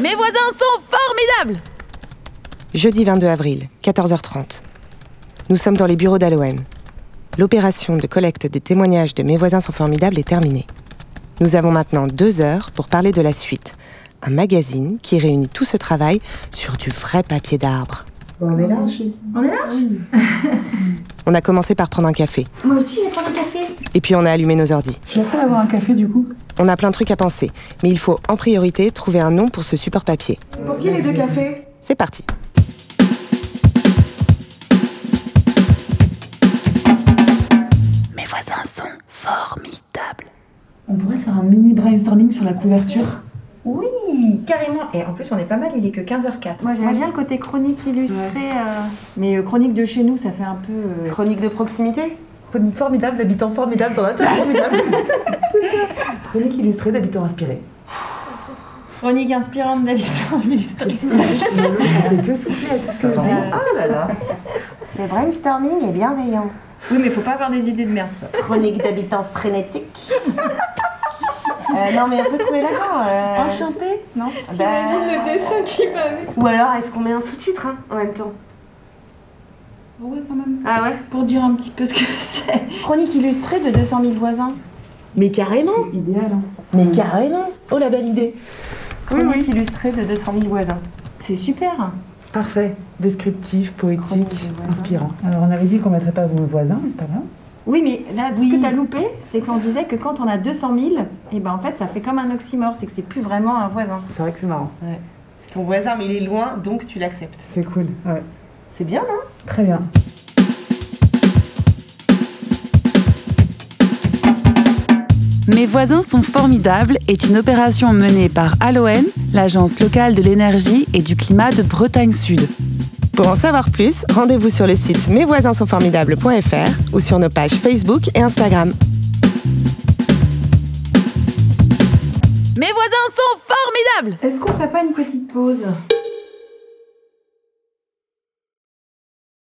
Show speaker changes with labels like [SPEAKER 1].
[SPEAKER 1] Mes voisins sont formidables
[SPEAKER 2] Jeudi 22 avril, 14h30. Nous sommes dans les bureaux d'Halloween. L'opération de collecte des témoignages de Mes voisins sont formidables est terminée. Nous avons maintenant deux heures pour parler de la suite. Un magazine qui réunit tout ce travail sur du vrai papier d'arbre.
[SPEAKER 3] On est là, chérie.
[SPEAKER 4] On est là
[SPEAKER 2] On a commencé par prendre un café.
[SPEAKER 4] Moi aussi, je vais prendre un café.
[SPEAKER 2] Et puis on a allumé nos ordis.
[SPEAKER 3] Je suis la seule à avoir un café du coup.
[SPEAKER 2] On a plein de trucs à penser, mais il faut en priorité trouver un nom pour ce support papier.
[SPEAKER 3] Pour qui les deux cafés
[SPEAKER 2] C'est parti.
[SPEAKER 1] Mes voisins sont formidables.
[SPEAKER 3] On pourrait faire un mini brainstorming sur la couverture.
[SPEAKER 5] Oui, carrément. Et en plus, on est pas mal, il est que 15h04.
[SPEAKER 4] Moi, j'aime bien le côté chronique illustré. euh, Mais euh, chronique de chez nous, ça fait un peu. euh,
[SPEAKER 6] Chronique de proximité
[SPEAKER 3] Chronique formidable d'habitants formidables dans un tas formidable. Chronique illustrée d'habitants inspirés.
[SPEAKER 4] Chronique inspirante d'habitants illustrés. Euh,
[SPEAKER 3] Ça fait que souffler à tout ce que je dis. Ah là là
[SPEAKER 6] Le brainstorming est bienveillant.
[SPEAKER 4] Oui, mais faut pas avoir des idées de merde.
[SPEAKER 6] Chronique d'habitants frénétiques. Euh, non mais on peut trouver là-dedans. euh,
[SPEAKER 4] Ah, Enchanté Non
[SPEAKER 6] bah, Ou alors est-ce qu'on met un sous-titre hein, en même temps
[SPEAKER 4] Oui, quand même.
[SPEAKER 6] Ah ouais
[SPEAKER 4] Pour dire un petit peu ce que c'est. Chronique illustrée de 200 000 voisins.
[SPEAKER 6] Mais carrément
[SPEAKER 3] Idéal. hein.
[SPEAKER 6] Mais carrément Oh la belle idée Chronique illustrée de 200 000 voisins.
[SPEAKER 4] C'est super.
[SPEAKER 3] Parfait. Descriptif,
[SPEAKER 4] Chronique
[SPEAKER 3] poétique,
[SPEAKER 4] des voisins.
[SPEAKER 3] inspirant. Alors on avait dit qu'on mettrait pas vos voisins, c'est pas grave.
[SPEAKER 4] Oui, mais là,
[SPEAKER 6] Oui.
[SPEAKER 4] ce que t'as loupé, c'est qu'on disait que quand on a 200 000, et ben en fait, ça fait comme un oxymore, c'est que c'est plus vraiment un voisin.
[SPEAKER 3] C'est vrai que c'est marrant.
[SPEAKER 6] C'est ton voisin mais il est loin donc tu l'acceptes.
[SPEAKER 3] C'est cool. Ouais.
[SPEAKER 6] C'est bien non
[SPEAKER 3] Très bien.
[SPEAKER 7] Mes voisins sont formidables est une opération menée par Aloen, l'agence locale de l'énergie et du climat de Bretagne Sud.
[SPEAKER 2] Pour en savoir plus, rendez-vous sur le site mesvoisinssontformidables.fr ou sur nos pages Facebook et Instagram.
[SPEAKER 1] Mes voisins sont formidables
[SPEAKER 5] Est-ce qu'on ferait pas une petite pause